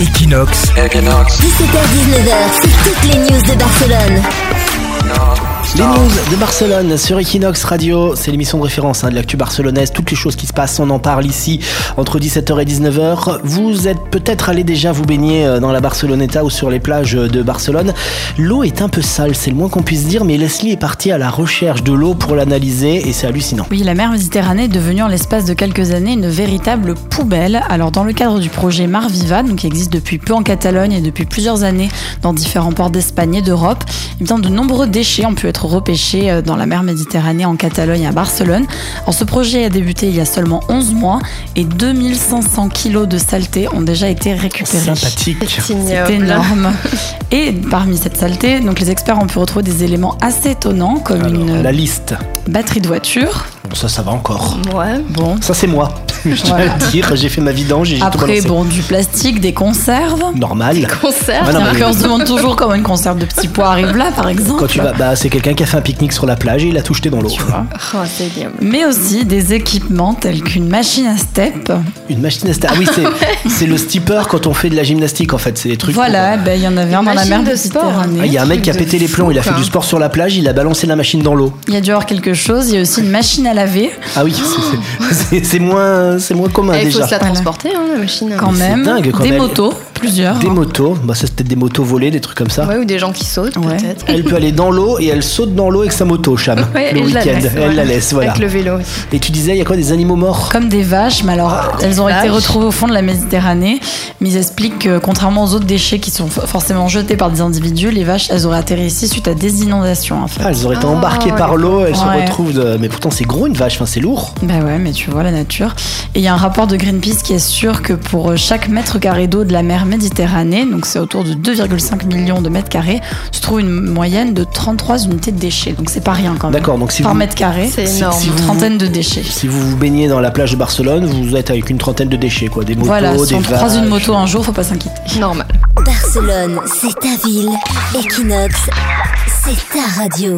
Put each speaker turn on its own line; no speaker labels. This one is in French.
Equinox,
17h-19h, c'est toutes les news de Barcelone.
Les news de Barcelone sur Equinox Radio, c'est l'émission de référence hein, de l'actu barcelonaise. Toutes les choses qui se passent, on en parle ici entre 17h et 19h. Vous êtes peut-être allé déjà vous baigner euh, dans la Barceloneta ou sur les plages euh, de Barcelone. L'eau est un peu sale, c'est le moins qu'on puisse dire, mais Leslie est partie à la recherche de l'eau pour l'analyser et c'est hallucinant.
Oui, la mer Méditerranée est devenue en l'espace de quelques années une véritable poubelle. Alors dans le cadre du projet Mar Viva, donc qui existe depuis peu en Catalogne et depuis plusieurs années dans différents ports d'Espagne et d'Europe, eh bien de nombreux déchets ont pu être repêchés euh, dans la mer Méditerranée en Catalogne et à Barcelone. Alors ce projet a débuté il y a seulement 11 mois et 2500 kilos de saleté ont déjà été récupérés.
Sympathique.
C'est énorme. Et parmi cette saleté, donc les experts ont pu retrouver des éléments assez étonnants comme une
La liste,
batterie de voiture.
bon, ça, ça va encore.
Ouais.
Bon.
Ça, c'est moi. Je dois
Voilà.
le dire, j'ai fait ma vidange et j'ai tout
Après,
balancé.
bon, du plastique, des conserves.
Normal.
Concert.
Ah non,
Donc,
mais-
on se demande toujours comment une conserve de petits pois arrive là, par exemple.
Quand tu vas, bah, c'est quelqu'un qui a fait un pique-nique sur la plage et il a tout jeté dans l'eau.
Oh, c'est bien.
Mais aussi des équipements tels qu'une machine à step.
Une machine à step. Ah oui, c'est c'est le steeper quand on fait de la gymnastique en fait. C'est des trucs.
Voilà, ben, il y en avait un dans la
machine
mer
de sport.
Méditerranée.
Ah, Il y a un mec qui a
Truc de
pété les
fou, hein.
plombs, il a fait
quoi.
du sport sur la plage, il a balancé la machine dans l'eau.
Il y a dû y avoir quelque chose. Il y a aussi une machine à laver,
Ah oui, c'est- c'est- c'est c'est moins, c'est moins commun
Oh. Eh, Il faut
Ah, déjà.
se la
Voilà.
transporter, hein, la machine.
quand
c'est
même.
dingue, quand
des
même.
motos, plusieurs.
Des motos, bah ça c'était des motos volées, des trucs comme ça.
Ouais, ou des gens qui sautent,
Ouais.
peut-être.
Elle peut aller dans l'eau et elle saute dans l'eau avec sa moto, Cham.
Ouais,
le
et je la
week-end,
laisse,
elle
ouais.
la laisse, voilà.
Avec le vélo aussi.
Et tu disais, il y a quoi des animaux morts
Comme des vaches, mais alors
Ah,
elles ont été
vaches.
retrouvées au fond de la Méditerranée. Mais ils expliquent que contrairement aux autres déchets qui sont fo- forcément jetés par des individus, les vaches elles auraient atterri ici suite à des inondations en fait.
Ah, elles auraient été
Ah,
embarquées par l'eau, elles se
Ouais.
retrouvent. de- Mais pourtant c'est gros une vache, enfin c'est lourd.
Ben ouais, mais tu vois la nature. Et il y a un rapport de Greenpeace qui est sûr que pour euh, chaque mètre carré d'eau de la mer Méditerranée, donc c'est autour de 2,5 millions de mètres carrés, se trouve une moyenne de 33 unités de déchets. Donc c'est pas rien quand même.
D'accord, donc si
Par
vous-
mètre carré,
C'est
Si-
énorme.
si
une
vous-
trentaine de déchets.
Si vous vous baignez dans la plage de Barcelone, vous êtes avec une trentaine de déchets, quoi. Des motos,
voilà,
des
si on
vaches.
croise une moto un jour, faut pas s'inquiéter.
Normal.
Barcelone, c'est ta ville. Equinox, c'est ta radio.